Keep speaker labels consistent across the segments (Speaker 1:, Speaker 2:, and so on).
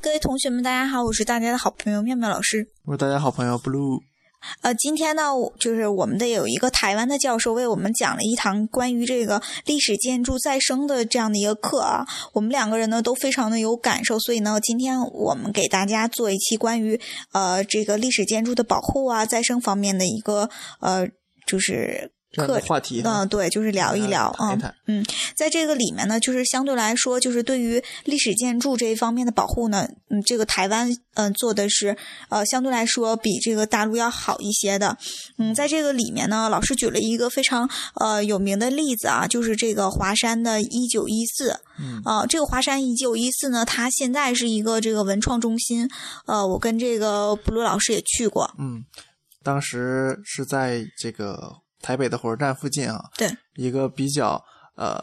Speaker 1: 各位同学们，大家好，我是大家的好朋友妙妙老师。
Speaker 2: 我是大家好朋友 Blue。
Speaker 1: 呃，今天呢，我就是我们的有一个台湾的教授为我们讲了一堂关于这个历史建筑再生的这样的一个课啊。我们两个人呢都非常的有感受，所以呢，今天我们给大家做一期关于呃这个历史建筑的保护啊、再生方面的一个呃就是
Speaker 2: 这样
Speaker 1: 课
Speaker 2: 的话题
Speaker 1: 嗯、
Speaker 2: 哈，
Speaker 1: 对，就是聊一聊
Speaker 2: 谈一
Speaker 1: 嗯
Speaker 2: 谈
Speaker 1: 嗯，在这个里面呢，就是相对来说，就是对于历史建筑这一方面的保护呢，嗯，这个台湾嗯、呃做的是呃相对来说比这个大陆要好一些的。嗯，在这个里面呢，老师举了一个非常呃有名的例子啊，就是这个华山的一九一四。
Speaker 2: 嗯，
Speaker 1: 呃，这个华山一九一四呢，它现在是一个这个文创中心。呃，我跟这个布鲁老师也去过。
Speaker 2: 嗯，当时是在这个台北的火车站附近啊，
Speaker 1: 对，
Speaker 2: 一个比较呃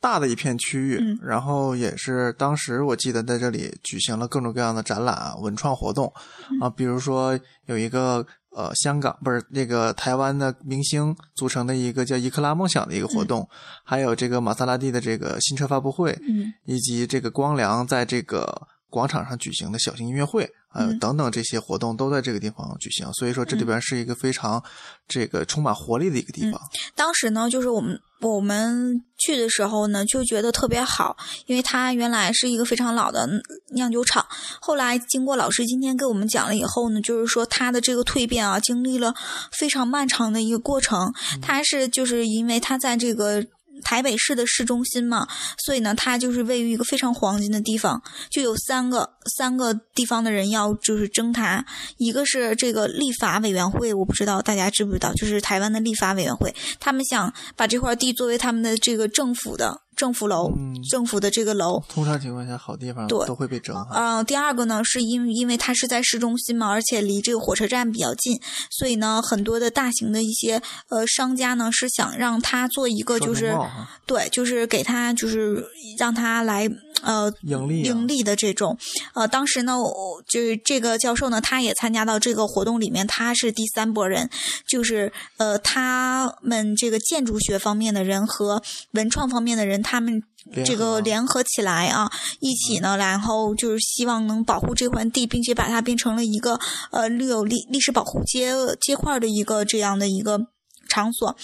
Speaker 2: 大的一片区域，
Speaker 1: 嗯
Speaker 2: 然后也是当时我记得在这里举行了各种各样的展览啊、文创活动
Speaker 1: 嗯
Speaker 2: 啊，比如说有一个呃香港不是那个台湾的明星组成的一个叫“一克拉梦想”的一个活动，还有这个玛莎拉蒂的这个新车发布会，
Speaker 1: 嗯
Speaker 2: 以及这个光良在这个广场上举行的小型音乐会，还有
Speaker 1: 嗯
Speaker 2: 等等这些活动都在这个地方举行。所以说，这里
Speaker 1: 嗯
Speaker 2: 边是一个非常这个充满活力的一个地方。
Speaker 1: 当时呢，就是我们我们去的时候呢，就觉得特别好，因为它原来是一个非常老的酿酒厂，后来经过老师今天给我们讲了以后呢，就是说它的这个蜕变啊，经历了非常漫长的一个过程。它是就是因为它在这个。台北市的市中心嘛，所以呢，它就是位于一个非常黄金的地方，就有三个三个地方的人要就是争它，一个是这个立法委员会，我不知道大家知不知道，就是台湾的立法委员会，他们想把这块地作为他们的这个政府的政府楼，
Speaker 2: 嗯
Speaker 1: 政府的这个楼，
Speaker 2: 通常情况下，好地方
Speaker 1: 对
Speaker 2: 都会被整哈。
Speaker 1: 呃，第二个呢，是因为因为它是在市中心嘛，而且离这个火车站比较近，所以呢，很多的大型的一些呃商家呢是想让它做一个就
Speaker 2: 说中
Speaker 1: 是
Speaker 2: 贸哈
Speaker 1: 对，就是给它就是让它来呃
Speaker 2: 盈利啊
Speaker 1: 盈利的这种。呃，当时呢，我就是这个教授呢，他也参加到这个活动里面，他是第三波人，就是呃他们这个建筑学方面的人和文创方面的人，他们
Speaker 2: 联
Speaker 1: 这
Speaker 2: 合嗯
Speaker 1: 个联合起来啊，一起呢，然后就是希望能保护这块地，并且把它变成了一个呃绿有历历史保护街街块的一个这样的一个场所。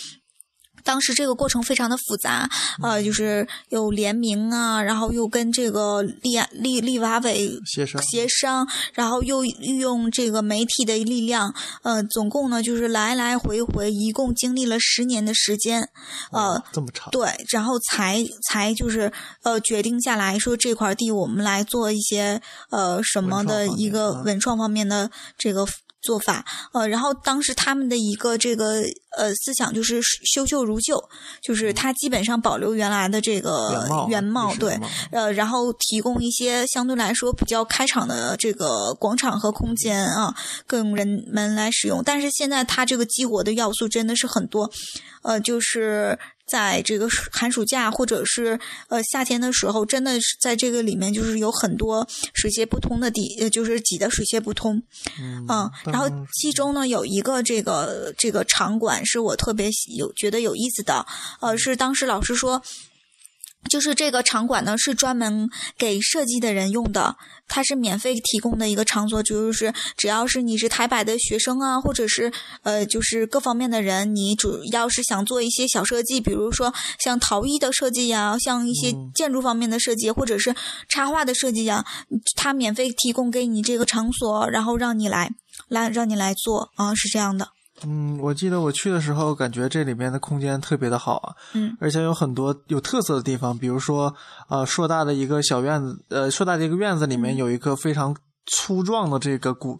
Speaker 1: 当时这个过程非常的复杂，
Speaker 2: 嗯
Speaker 1: 呃，就是有联名啊，然后又跟这个立案立立法委
Speaker 2: 协商
Speaker 1: 协商，然后又利用这个媒体的力量，呃，总共呢就是来来回回，一共经历了十年的时间，呃，
Speaker 2: 哦这么长，
Speaker 1: 对，然后才才就是呃决定下来说这块地我们来做一些呃什么
Speaker 2: 文
Speaker 1: 的
Speaker 2: 创方
Speaker 1: 一
Speaker 2: 面
Speaker 1: 个
Speaker 2: 嗯
Speaker 1: 文创方面的这个做法，呃，然后当时他们的一个这个呃思想就是修旧如旧，就是它基本上保留原来的这个
Speaker 2: 嗯原
Speaker 1: 原貌，
Speaker 2: 貌啊历史
Speaker 1: 对
Speaker 2: 原，貌
Speaker 1: 呃，然后提供一些相对来说比较开敞的这个广场和空间啊，供人们来使用。但是现在它这个激活的要素真的是很多，呃，就是在这个暑寒暑假或者是呃夏天的时候，真的是在这个里面就是有很多水泄不通的地，呃就是挤得水泄不通。
Speaker 2: 嗯
Speaker 1: 嗯，然后
Speaker 2: 当时
Speaker 1: 其中呢有一个这个这个场馆是我特别喜有觉得有意思的，
Speaker 2: 嗯
Speaker 1: 呃，是当时老师说。就是这个场馆呢，是专门给设计的人用的，它是免费提供的一个场所，就是只要是你是台北的学生啊，或者是呃，就是各方面的人，你主要是想做一些小设计，比如说像陶艺的设计呀、像一些
Speaker 2: 嗯
Speaker 1: 建筑方面的设计，或者是插画的设计呀、嗯它免费提供给你这个场所，然后让你来来让你来做啊，是这样的，
Speaker 2: 嗯，我记得我去的时候，感觉这里面的空间特别的好啊，
Speaker 1: 嗯，
Speaker 2: 而且有很多有特色的地方，比如说，呃，硕大的一个小院子，呃，硕大的一个院子里
Speaker 1: 嗯
Speaker 2: 面有一棵非常粗壮的这个古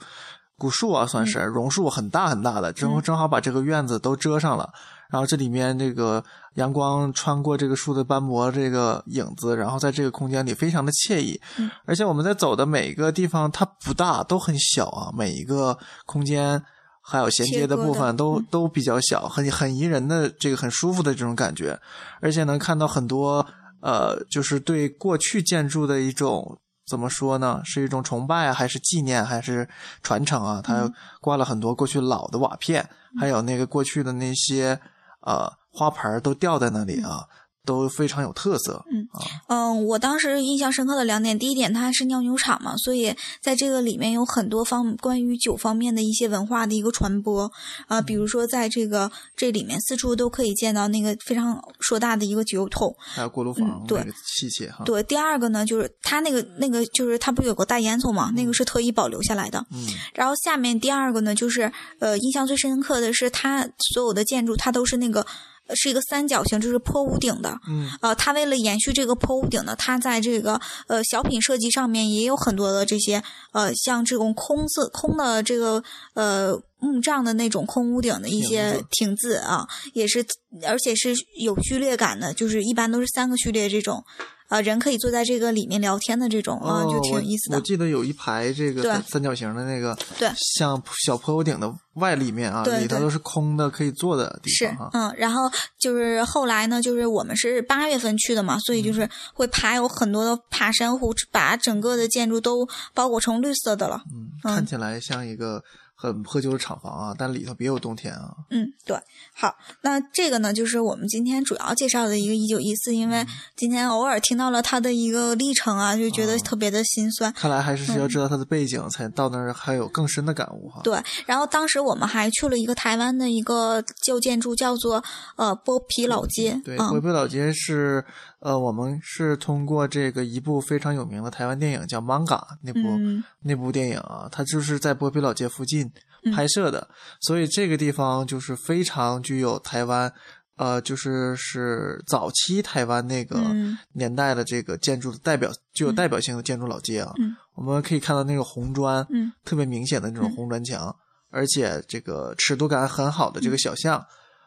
Speaker 2: 古树啊，算是榕树，很大很大的，正
Speaker 1: 嗯
Speaker 2: 正好把这个院子都遮上了。然后这里面这个阳光穿过这个树的斑驳这个影子，然后在这个空间里非常的惬意。
Speaker 1: 嗯
Speaker 2: 而且我们在走的每一个地方，它不大，都很小啊，每一个空间还有衔接的部
Speaker 1: 切割的
Speaker 2: 分都
Speaker 1: 嗯
Speaker 2: 都比较小，很很宜人的这个很舒服的这种感觉，而且能看到很多呃，就是对过去建筑的一种。怎么说呢？是一种崇拜啊，还是纪念，还是传承啊？它
Speaker 1: 嗯
Speaker 2: 挂了很多过去老的瓦片，还有那个过去的那些呃花盆儿都吊在那里啊。都非常有特色。
Speaker 1: 嗯
Speaker 2: 啊，
Speaker 1: 嗯，我当时印象深刻的两点，第一点，它是酿酒厂嘛，所以在这个里面有很多方关于酒方面的一些文化的一个传播啊、比如说在这个这里面四处都可以见到那个非常硕大的一个酒桶。
Speaker 2: 还有锅炉房
Speaker 1: 嗯
Speaker 2: 那
Speaker 1: 对
Speaker 2: 个器械哈，
Speaker 1: 对，第二个呢，就是它那个那个就是它不是有个大烟囱嘛，那个是特意保留下来的。
Speaker 2: 嗯
Speaker 1: 然后下面第二个呢，就是呃，印象最深刻的是它所有的建筑，它都是那个呃是一个三角形，就是坡屋顶的。
Speaker 2: 嗯
Speaker 1: 呃，它为了延续这个坡屋顶呢，它在这个呃小品设计上面也有很多的这些呃，像这种空字空的这个呃木杖的那种空屋顶的一些亭子啊，也是而且是有序列感的，就是一般都是三个序列这种，呃，人可以坐在这个里面聊天的这种啊、
Speaker 2: 哦
Speaker 1: 就挺有意思
Speaker 2: 我。
Speaker 1: 的
Speaker 2: 我。记得有一排这个
Speaker 1: 对
Speaker 2: 三三角形的那个，
Speaker 1: 对
Speaker 2: 像小坡屋顶的外立面啊，
Speaker 1: 对
Speaker 2: 里头
Speaker 1: 对
Speaker 2: 都是空的，可以坐的地
Speaker 1: 是
Speaker 2: 方啊哈，。
Speaker 1: 嗯，然后就是后来呢，就是我们是八月份去的嘛，所以
Speaker 2: 嗯
Speaker 1: 就是会爬有很多的爬山虎，把整个的建筑都包裹成绿色的了。
Speaker 2: 嗯，
Speaker 1: 嗯
Speaker 2: 看起来像一个很喝酒的厂房啊，但里头别有洞天啊。
Speaker 1: 嗯，对，好，那这个呢，就是我们今天主要介绍的一个一九一四，
Speaker 2: 嗯
Speaker 1: 因为今天偶尔听到了他的一个历程啊，就觉得
Speaker 2: 哦
Speaker 1: 特别的心酸。
Speaker 2: 看来还是需要知道它的背景，才到那儿还有更深的感悟哈。
Speaker 1: 嗯对然后当时我们还去了一个台湾的一个旧建筑，叫做呃剥皮老街，
Speaker 2: 对，回
Speaker 1: 嗯，
Speaker 2: 北老街是呃，我们是通过这个一部非常有名的台湾电影叫《Manga》那部、
Speaker 1: 嗯
Speaker 2: 那部电影啊，它就是在波比老街附近
Speaker 1: 嗯
Speaker 2: 拍摄的，所以这个地方就是非常具有台湾。呃，就是是早期台湾那个
Speaker 1: 嗯
Speaker 2: 年代的这个建筑的代表，具有代表性的建筑老街啊，
Speaker 1: 嗯
Speaker 2: 我们可以看到那个红砖，
Speaker 1: 嗯
Speaker 2: 特别明显的那种
Speaker 1: 嗯
Speaker 2: 红砖墙，而且这个尺度感很好
Speaker 1: 嗯
Speaker 2: 的这个小巷，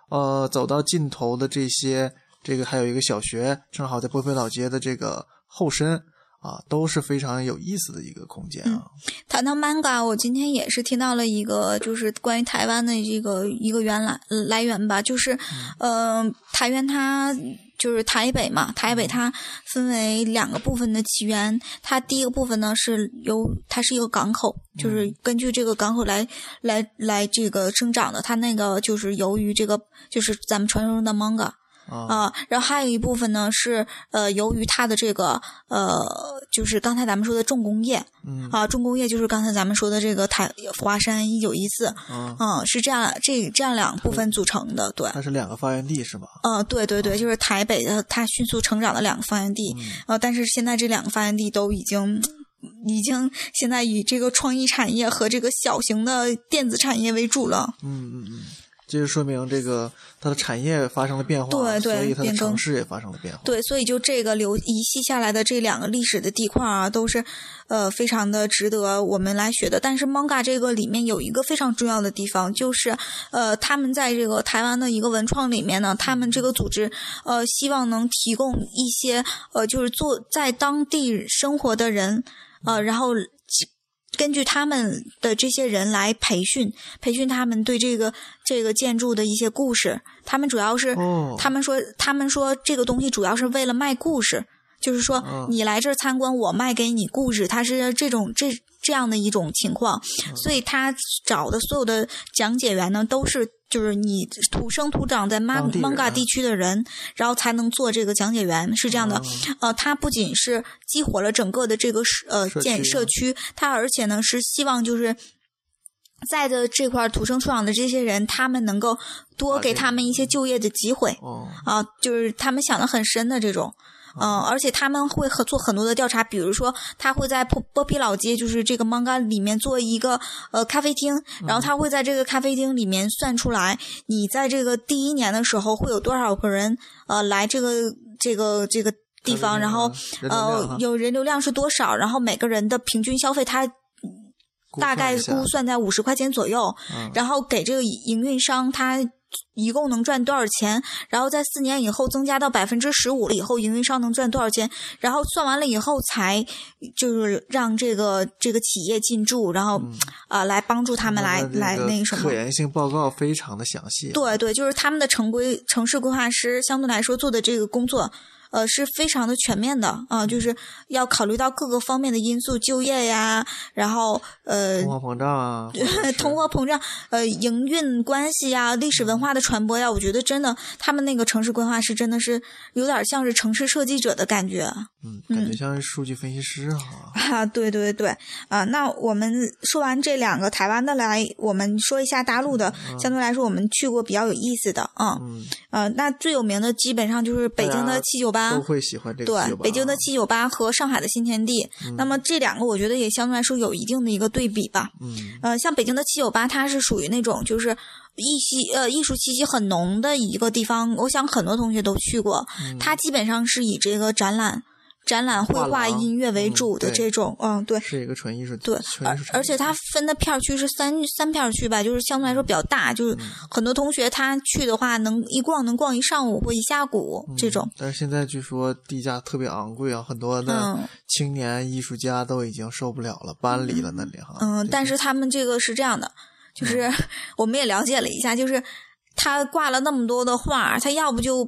Speaker 2: 呃，走到尽头的这些，这个还有一个小学，正好在波菲老街的这个后身啊，都是非常有意思的一个空间
Speaker 1: 嗯
Speaker 2: 啊。
Speaker 1: 谈到 manga，我今天也是听到了一个，就是关于台湾的这个一个原来呃来源吧，就是，嗯、呃，台湾它就是台北嘛，台北它分为两个部分的起源，它第一个部分呢是由它是一个港口，就是根据这个港口来来来这个生长的，它那个就是由于这个就是咱们传说中的 manga，
Speaker 2: 啊，
Speaker 1: 啊、然后还有一部分呢是呃，由于它的这个呃，就是刚才咱们说的重工业
Speaker 2: 嗯
Speaker 1: 啊、重工业就是刚才咱们说的这个台华山一九一四，
Speaker 2: 啊，
Speaker 1: 嗯，是这样这这样两部分组成的，对。
Speaker 2: 它是两个发源地是吧？
Speaker 1: 呃，对对对，就是台北的它迅速成长的两个发源地，呃，但是现在这两个发源地都已经。已经现在以这个创意产业和这个小型的电子产业为主了，
Speaker 2: 嗯嗯嗯，这就说明这个它的产业发生了变化，
Speaker 1: 对对
Speaker 2: 所以它的
Speaker 1: 变更
Speaker 2: 城市也发生了变化。
Speaker 1: 对，所以就这个留遗系下来的这两个历史的地块啊，都是呃非常的值得我们来学的。但是 manga 这个里面有一个非常重要的地方，就是呃他们在这个台湾的一个文创里面呢，他们这个组织呃希望能提供一些呃就是做在当地生活的人呃，然后其根据他们的这些人来培训，培训他们对这个这个建筑的一些故事。他们主要是、
Speaker 2: 哦
Speaker 1: 他们说，他们说这个东西主要是为了卖故事，就是说、
Speaker 2: 嗯
Speaker 1: 你来这儿参观，我卖给你故事，它是这种这这样的一种情况。
Speaker 2: 嗯
Speaker 1: 所以他找的所有的讲解员呢，都是就是你土生土长在
Speaker 2: 当
Speaker 1: Mang
Speaker 2: 地人
Speaker 1: Manga 地区的人，然后才能做这个讲解员，是这样的。
Speaker 2: 嗯
Speaker 1: 呃，它不仅是激活了整个的这个社呃
Speaker 2: 社区
Speaker 1: 建社
Speaker 2: 啊
Speaker 1: 区，它而且呢是希望就是。在的这块儿土生土长的这些人，他们能够多
Speaker 2: 啊
Speaker 1: 给
Speaker 2: 这
Speaker 1: 他们一些就业的机会
Speaker 2: 哦，
Speaker 1: 啊、就是他们想的很深的这种，嗯、而且他们会和做很多的调查，比如说他会在波波皮老街，就是这个 manga 里面做一个呃咖啡厅，然后他会在这个咖啡厅里面算出来，你在这个第一年的时候会有多少个人呃来这个这个这个地方，然后
Speaker 2: 啊人流量
Speaker 1: 呃
Speaker 2: 哈
Speaker 1: 有人流量是多少，然后每个人的平均消费它
Speaker 2: 估
Speaker 1: 大
Speaker 2: 算
Speaker 1: 概
Speaker 2: 一下
Speaker 1: 估算在五十块钱左右，
Speaker 2: 嗯
Speaker 1: 然后给这个营运商他一共能赚多少钱，然后在四年以后增加到百分之十五了以后，营运商能赚多少钱，然后算完了以后才就是让这个这个企业进驻，然后啊、呃来帮助他们来
Speaker 2: 嗯的这
Speaker 1: 来
Speaker 2: 个
Speaker 1: 那个什么
Speaker 2: 可。研性报告非常的详细啊。
Speaker 1: 对对，就是他们的城规城市规划师相对来说做的这个工作，呃，是非常的全面的啊、
Speaker 2: 嗯
Speaker 1: 就是要考虑到各个方面的因素，就业呀，然后呃，
Speaker 2: 通货膨胀 啊，或者是
Speaker 1: 通货膨胀，呃，营运关系呀，历史文化的传播呀，我觉得真的，他们那个城市规划师真的是有点像是城市设计者的感觉
Speaker 2: 嗯，感觉像是数据分析师哈、
Speaker 1: 啊！对对对啊、那我们说完这两个台湾的来，我们说一下大陆的，相对来说我们去过比较有意思的啊，
Speaker 2: 嗯，
Speaker 1: 呃，那最有名的基本上就是北京
Speaker 2: 大
Speaker 1: 的
Speaker 2: 家
Speaker 1: 七九八，
Speaker 2: 都会喜欢这个
Speaker 1: 对，
Speaker 2: 酒吧
Speaker 1: 北京的七九八和上海的新天地。那么这两个，我觉得也相对来说有一定的一个对比吧。
Speaker 2: 嗯
Speaker 1: 呃，像北京的七九八，它是属于那种就是艺气呃艺术气息很浓的一个地方，我想很多同学都去过。
Speaker 2: 嗯
Speaker 1: 它基本上是以这个展览、展览、绘
Speaker 2: 画
Speaker 1: 画、
Speaker 2: 廊
Speaker 1: 音乐为
Speaker 2: 嗯
Speaker 1: 主的
Speaker 2: 对
Speaker 1: 这种，嗯，对。
Speaker 2: 是一个纯艺术，
Speaker 1: 对，
Speaker 2: 纯
Speaker 1: 而
Speaker 2: 艺术产
Speaker 1: 而且
Speaker 2: 业
Speaker 1: 它分的片儿区是三三片儿区吧，就是相对来说比较大，
Speaker 2: 嗯
Speaker 1: 就是很多同学他去的话能一逛能逛一上午或一下午这种
Speaker 2: 嗯。但是现在据说地价特别昂贵啊，很多的
Speaker 1: 嗯
Speaker 2: 青年艺术家都已经受不了了，搬离了那里哈。
Speaker 1: 嗯，
Speaker 2: 这
Speaker 1: 但
Speaker 2: 个
Speaker 1: 是他们这个是这样的，就是我们也了解了一下，就是他挂了那么多的画，他要不就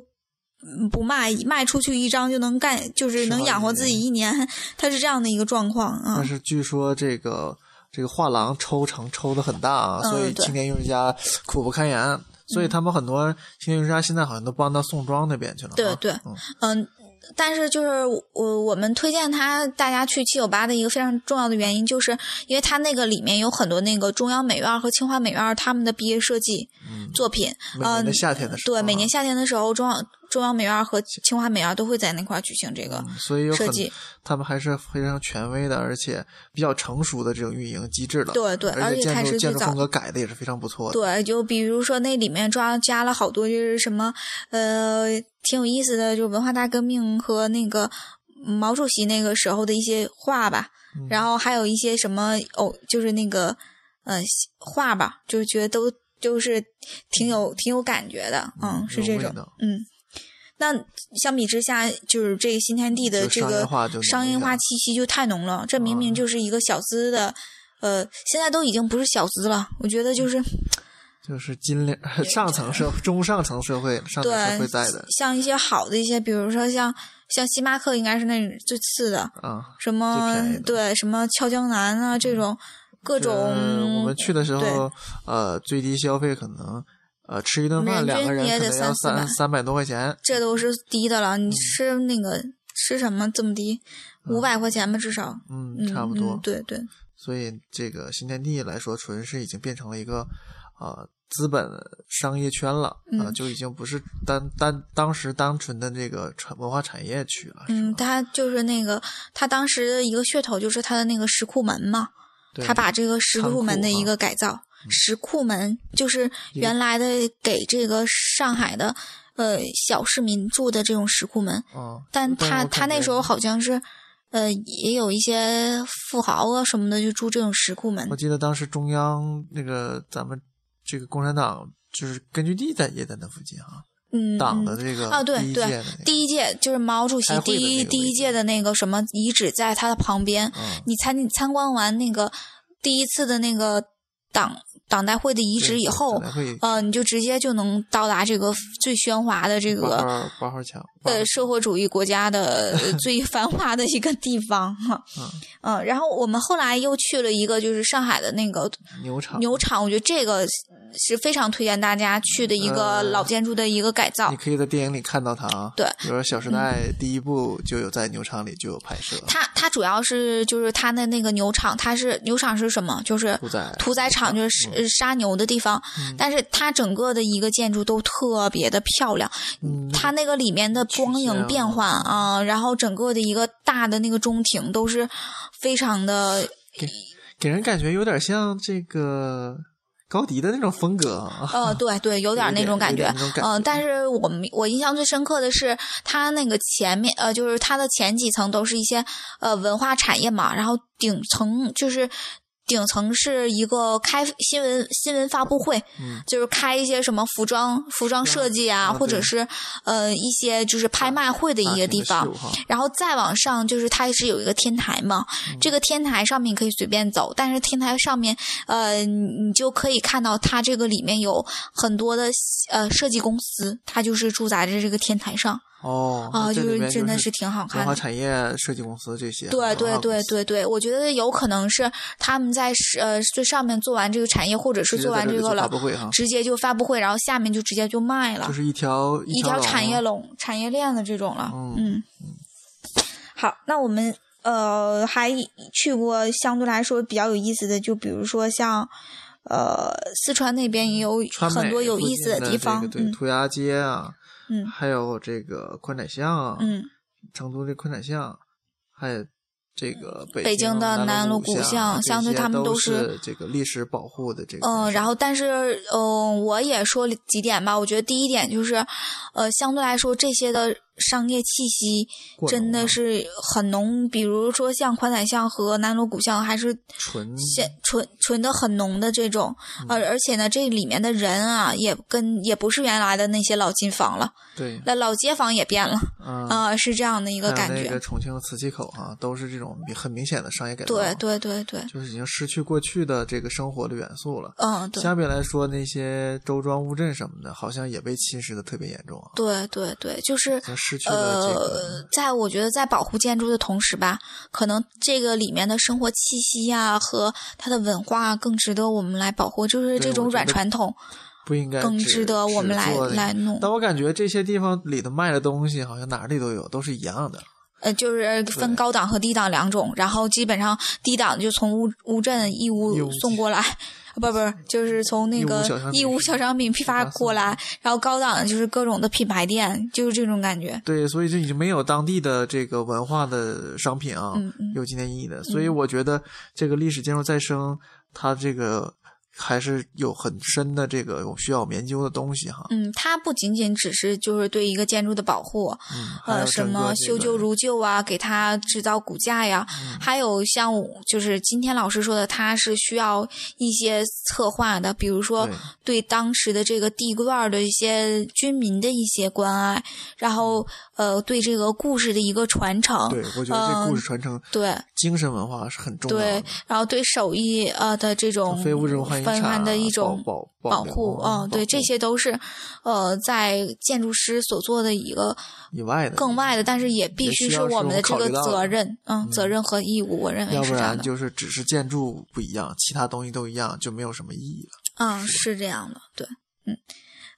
Speaker 1: 嗯不卖，卖出去一张就能干，就是
Speaker 2: 是
Speaker 1: 能
Speaker 2: 吧
Speaker 1: 养活自己一年，他是这样的一个状况啊
Speaker 2: 但。是据说这个这个画廊抽成抽的很大啊，
Speaker 1: 嗯
Speaker 2: 所以
Speaker 1: 对嗯
Speaker 2: 青年艺术家苦不堪言，所以他们很多青年艺术家现在好像都搬到宋庄那边去了啊。
Speaker 1: 对对
Speaker 2: 嗯
Speaker 1: 嗯，但是就是我我们推荐他大家去七九八的一个非常重要的原因，就是因为它那个里面有很多那个中央美院和清华美院他们的毕业设计
Speaker 2: 嗯，
Speaker 1: 作品，
Speaker 2: 每年的夏天的时候啊，
Speaker 1: 对，每年夏天的时候，中央中央美院和清华美院都会在那块儿举行这个。
Speaker 2: 嗯所以有很
Speaker 1: 设计，
Speaker 2: 他们还是非常权威的，而且比较成熟的这种运营机制的。
Speaker 1: 对对而
Speaker 2: 而
Speaker 1: 且开
Speaker 2: 建筑
Speaker 1: 始
Speaker 2: 建筑
Speaker 1: 最早
Speaker 2: 风格改的也是非常不错的。
Speaker 1: 对，就比如说那里面抓加了好多就是什么呃挺有意思的，就文化大革命和那个毛主席那个时候的一些画吧，
Speaker 2: 嗯
Speaker 1: 然后还有一些什么哦，就是那个呃画吧，就是觉得都就是挺有挺有感觉的，嗯，
Speaker 2: 嗯
Speaker 1: 是
Speaker 2: 有
Speaker 1: 这
Speaker 2: 味
Speaker 1: 种
Speaker 2: 道，
Speaker 1: 嗯。那相比之下，就是这个新天地的这
Speaker 2: 就商业
Speaker 1: 个
Speaker 2: 化就浓
Speaker 1: 商
Speaker 2: 一
Speaker 1: 业
Speaker 2: 点
Speaker 1: 化
Speaker 2: 了嗯
Speaker 1: 气息就太浓了，这明明就是一个小资的。呃，现在都已经不是小资了，我觉得就是
Speaker 2: 嗯就是金领 上层社中上层社会上层社会
Speaker 1: 对
Speaker 2: 在的
Speaker 1: 像一些好的一些，比如说像像星巴克应该是那最次的，
Speaker 2: 啊。
Speaker 1: 什么
Speaker 2: 最便宜的
Speaker 1: 对什么俏江南啊这种各种，
Speaker 2: 呃我们去的时
Speaker 1: 对
Speaker 2: 候，呃，最低消费可能呃吃一顿饭
Speaker 1: 人均
Speaker 2: 两个人
Speaker 1: 也
Speaker 2: 可
Speaker 1: 得
Speaker 2: 能要
Speaker 1: 三四百
Speaker 2: 三三百多块钱。
Speaker 1: 这都是低的
Speaker 2: 嗯
Speaker 1: 了。你吃那个吃什么这么低，五百块钱吧至少，
Speaker 2: 嗯
Speaker 1: 嗯，，
Speaker 2: 差不多。
Speaker 1: 嗯对对，
Speaker 2: 所以这个新天地来说，纯是已经变成了一个呃资本商业圈了，啊，
Speaker 1: 嗯
Speaker 2: 就已经不是单单当时单纯的这个产文化产业区了。
Speaker 1: 嗯，
Speaker 2: 是吧，
Speaker 1: 他就是那个他当时的一个噱头就是他的那个石库门嘛，
Speaker 2: 对
Speaker 1: 他把这个石库门的一个改
Speaker 2: 嗯
Speaker 1: 造，石库门就是原来的给这个上海的呃小市民住的这种石库门，
Speaker 2: 嗯，
Speaker 1: 但
Speaker 2: 但
Speaker 1: 他
Speaker 2: 我
Speaker 1: 他
Speaker 2: 感
Speaker 1: 那
Speaker 2: 觉
Speaker 1: 时候好像是呃也有一些富豪啊什么的就住这种石库门
Speaker 2: 我，记得当时中央那个咱们这个共产党就是根据地在也在那附近啊，
Speaker 1: 嗯，
Speaker 2: 党
Speaker 1: 嗯
Speaker 2: 的这个
Speaker 1: 啊对
Speaker 2: 第一
Speaker 1: 对
Speaker 2: 届的那个
Speaker 1: 第一届就是毛主席
Speaker 2: 开会
Speaker 1: 第
Speaker 2: 的
Speaker 1: 一
Speaker 2: 那个
Speaker 1: 第
Speaker 2: 位
Speaker 1: 一
Speaker 2: 置
Speaker 1: 届的那个什么遗址在他的旁边，
Speaker 2: 嗯
Speaker 1: 你参你参观完那个第一次的那个党党代会的遗址以后
Speaker 2: 可，能会
Speaker 1: 呃，你就直接就能到达这个最喧哗的这
Speaker 2: 八
Speaker 1: 个
Speaker 2: 号八号桥，八号
Speaker 1: 呃社会主义国家的呃最繁华的一个地方哈。
Speaker 2: 嗯
Speaker 1: 嗯、然后我们后来又去了一个就是上海的那个
Speaker 2: 牛场
Speaker 1: 牛场，我觉得这个是非常推荐大家去的一个
Speaker 2: 呃
Speaker 1: 老建筑的一个改造
Speaker 2: 你。可以在电影里看到它啊。
Speaker 1: 对嗯
Speaker 2: 比如说《小时代》第一部就有在牛场里就有拍摄，
Speaker 1: 它它主要是就是它的那个牛场，它是牛场是什么？就是
Speaker 2: 屠宰嗯
Speaker 1: 屠宰场，就是呃杀牛的地方。但是它整个的一个建筑都特别的漂亮，
Speaker 2: 嗯，
Speaker 1: 它那个里面的光
Speaker 2: 曲线
Speaker 1: 影
Speaker 2: 啊
Speaker 1: 变换啊、然后整个的一个大的那个中庭都是非常的
Speaker 2: 给人感觉有点像这个高迪的那种风格啊。
Speaker 1: 呃，对对，有点儿
Speaker 2: 有
Speaker 1: 那
Speaker 2: 点
Speaker 1: 种感
Speaker 2: 有
Speaker 1: 觉
Speaker 2: 点那种。
Speaker 1: 嗯、
Speaker 2: 感觉啊
Speaker 1: 但是我们我印象最深刻的是它那个前面，呃，就是它的前几层都是一些呃文化产业嘛，然后顶层就是。顶层是一个开新闻新闻发布会，
Speaker 2: 嗯
Speaker 1: 就是开一些什么服装服装设计啊，
Speaker 2: 啊
Speaker 1: 或者
Speaker 2: 对啊
Speaker 1: 是呃一些就是拍卖会的一些地方
Speaker 2: 大型的事物。哈，
Speaker 1: 然后再往上就是它是有一个天台嘛，
Speaker 2: 嗯
Speaker 1: 这个天台上面可以随便走，但是天台上面，呃，你你就可以看到它这个里面有很多的呃设计公司，它就是住在这这个天台上，
Speaker 2: 哦
Speaker 1: 啊、
Speaker 2: 那这
Speaker 1: 就
Speaker 2: 里
Speaker 1: 是
Speaker 2: 边
Speaker 1: 真的
Speaker 2: 是
Speaker 1: 是挺好看
Speaker 2: 文化
Speaker 1: 的。
Speaker 2: 产业设计公司这些，啊
Speaker 1: 对
Speaker 2: 文
Speaker 1: 对
Speaker 2: 化
Speaker 1: 对
Speaker 2: 公司，
Speaker 1: 对对，我觉得有可能是他们在是呃最上面做完这个产业，或者是
Speaker 2: 直接
Speaker 1: 做
Speaker 2: 在
Speaker 1: 完
Speaker 2: 这
Speaker 1: 这
Speaker 2: 里
Speaker 1: 个
Speaker 2: 做发
Speaker 1: 了，
Speaker 2: 布会哈，
Speaker 1: 直接就发布会，然后下面就直接就卖了
Speaker 2: 就，是一条
Speaker 1: 一条产业
Speaker 2: 龙啊
Speaker 1: 龙、产业链的这种了。
Speaker 2: 嗯
Speaker 1: 嗯，好，那我们呃还去过相对来说比较有意思的，就比如说像呃四川那边也有
Speaker 2: 川
Speaker 1: 很
Speaker 2: 美
Speaker 1: 多有
Speaker 2: 附
Speaker 1: 意
Speaker 2: 近
Speaker 1: 思
Speaker 2: 的
Speaker 1: 地
Speaker 2: 这
Speaker 1: 方
Speaker 2: 个。对，涂鸦街啊，
Speaker 1: 嗯
Speaker 2: 还有这个宽窄巷啊，
Speaker 1: 嗯嗯，
Speaker 2: 成都的宽窄巷，还有这个北
Speaker 1: 嗯北京的南
Speaker 2: 锣
Speaker 1: 锣鼓
Speaker 2: 巷
Speaker 1: 巷，相对
Speaker 2: 这些
Speaker 1: 他们
Speaker 2: 都
Speaker 1: 都是
Speaker 2: 这个历史保护的这个。
Speaker 1: 嗯，然后但是，嗯、我也说了几点吧。我觉得第一点就是，呃，相对来说这些的商业气息
Speaker 2: 过啊浓
Speaker 1: 真
Speaker 2: 了
Speaker 1: 的是很浓，比如说像宽窄巷和南锣鼓巷，还是
Speaker 2: 纯
Speaker 1: 现纯纯的很浓的这种。
Speaker 2: 嗯
Speaker 1: 而、而且呢，这里面的人啊，也跟也不是原来的那些老金房了，
Speaker 2: 对，
Speaker 1: 那老街坊也变了，
Speaker 2: 嗯，
Speaker 1: 啊、是这样的一
Speaker 2: 还
Speaker 1: 个
Speaker 2: 有
Speaker 1: 感觉。
Speaker 2: 那个重庆的磁器口啊，都是这种明很明显的商业改造，啊
Speaker 1: 对，对对对，
Speaker 2: 就是已经失去过去的这个生活的元素了。
Speaker 1: 嗯，对。
Speaker 2: 相比来说，那些周庄乌镇什么的，好像也被侵蚀的特别严重啊，
Speaker 1: 对对对，就是
Speaker 2: 已经失去了
Speaker 1: 呃
Speaker 2: 这个，
Speaker 1: 在我觉得在保护建筑的同时吧，可能这个里面的生活气息呀、和它的文化、啊、更值得我们来保护，就是
Speaker 2: 对
Speaker 1: 这种
Speaker 2: 我觉
Speaker 1: 软
Speaker 2: 得
Speaker 1: 传统
Speaker 2: 不应该
Speaker 1: 更
Speaker 2: 只
Speaker 1: 值得我们来。来
Speaker 2: 只做
Speaker 1: 弄。
Speaker 2: 但我感觉这些地方里头卖的东西，好像哪里都有，都是一样的。
Speaker 1: 呃，就是分
Speaker 2: 对
Speaker 1: 高档和低档两种，然后基本上低档就从乌乌镇义
Speaker 2: 义
Speaker 1: 乌
Speaker 2: 乌
Speaker 1: 送过来，不不，就是从那
Speaker 2: 义乌
Speaker 1: 个
Speaker 2: 小商
Speaker 1: 义
Speaker 2: 品
Speaker 1: 乌小商品批发
Speaker 2: 发送
Speaker 1: 过来，然后高档就是各种的品牌店，就是这种感觉。
Speaker 2: 对，所以就已经没有当地的这个文化的商品啊，
Speaker 1: 嗯嗯
Speaker 2: 有纪念意义的。所以我觉得这个历史建筑再生，它这个还是有很深的这个需要我们研究的东西哈。
Speaker 1: 嗯，它不仅仅只是就是对一个建筑的保护，
Speaker 2: 嗯，还有
Speaker 1: 呃，什
Speaker 2: 整个
Speaker 1: 么
Speaker 2: 这
Speaker 1: 修
Speaker 2: 个嗯
Speaker 1: 旧如旧啊，给它制造骨架呀，还有像我就是今天老师说的，它是需要一些策划的，比如说对
Speaker 2: 对
Speaker 1: 当时的这个地段儿的一些居民的一些关爱，然后呃对这个故事的一个传承，
Speaker 2: 嗯对，我觉得这故
Speaker 1: 嗯
Speaker 2: 事传承、
Speaker 1: 对
Speaker 2: 精神文化是很重要的
Speaker 1: 对，，然后对手艺呃的这种
Speaker 2: 啊非物质文化遗
Speaker 1: 分
Speaker 2: 产
Speaker 1: 完嗯的一种
Speaker 2: 保
Speaker 1: 保
Speaker 2: 留
Speaker 1: 护，
Speaker 2: 啊
Speaker 1: 嗯，对，
Speaker 2: 保
Speaker 1: 这
Speaker 2: 护
Speaker 1: 些都是呃在建筑师所做的一个
Speaker 2: 以外的
Speaker 1: 更外的，但是也必须是我们的这个责任，嗯，责任和义务，我认为
Speaker 2: 要
Speaker 1: 是
Speaker 2: 不
Speaker 1: 这样
Speaker 2: 然
Speaker 1: 的，
Speaker 2: 就是只是建筑不一样，其他东西都一样，就没有什么意义了。
Speaker 1: 嗯，是这样的，对，嗯。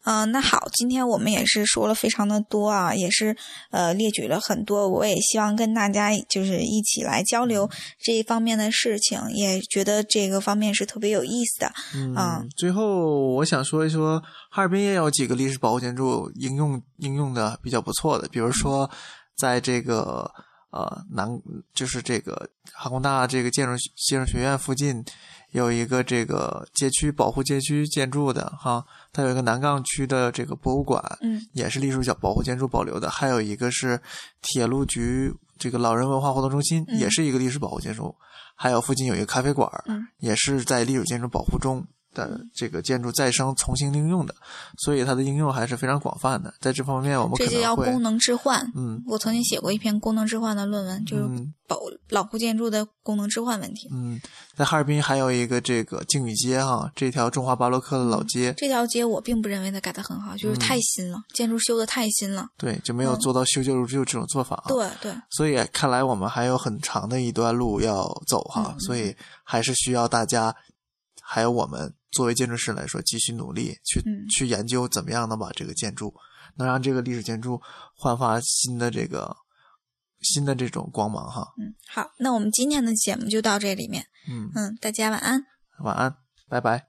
Speaker 1: 嗯、那好，今天我们也是说了非常的多啊，也是呃列举了很多，我也希望跟大家就是一起来交
Speaker 2: 嗯
Speaker 1: 流这一方面的事情，也觉得这个方面是特别有意思的。
Speaker 2: 嗯，
Speaker 1: 啊
Speaker 2: 最后我想说一说，哈尔滨也有几个历史保护建筑应用应用的比较不错的，比如说在这个呃南，就是这个哈工大这个建筑建筑学院附近有一个这个街区保护街区建筑的哈，它有一个南岗区的这个博物馆，
Speaker 1: 嗯
Speaker 2: 也是历史小保护建筑保留的，还有一个是铁路局这个老人文化活动中心，
Speaker 1: 嗯
Speaker 2: 也是一个历史保护建筑，还有附近有一个咖啡馆儿，
Speaker 1: 嗯
Speaker 2: 也是在历史建筑保护中的这个建筑再生重新应用的，所以它的应用还是非常广泛的。在这方面，我们可
Speaker 1: 这就
Speaker 2: 能
Speaker 1: 叫
Speaker 2: 会
Speaker 1: 功能置换。
Speaker 2: 嗯
Speaker 1: 我曾经写过一篇功能置换的论文，就是
Speaker 2: 嗯
Speaker 1: 保老户建筑的功能置换问题。
Speaker 2: 嗯，在哈尔滨还有一个这个靖宇街哈，这条中华巴洛克的老街，
Speaker 1: 这条街我并不认为它改得很好，就是
Speaker 2: 嗯
Speaker 1: 太新了，建筑修的太新了。
Speaker 2: 对，就没有
Speaker 1: 嗯
Speaker 2: 做到修旧如旧这种做法啊。
Speaker 1: 对对，
Speaker 2: 所以看来我们还有很长的一段路要走哈，
Speaker 1: 嗯
Speaker 2: 所以还是需要大家，还有我们作为建筑师来说，继续努力去、
Speaker 1: 嗯
Speaker 2: 去研究怎么样能把这个建筑，能让这个历史建筑焕发新的这个新的这种光芒哈。
Speaker 1: 嗯，好，那我们今天的节目就到这里面，
Speaker 2: 嗯，
Speaker 1: 嗯，大家晚安。
Speaker 2: 晚安，拜拜。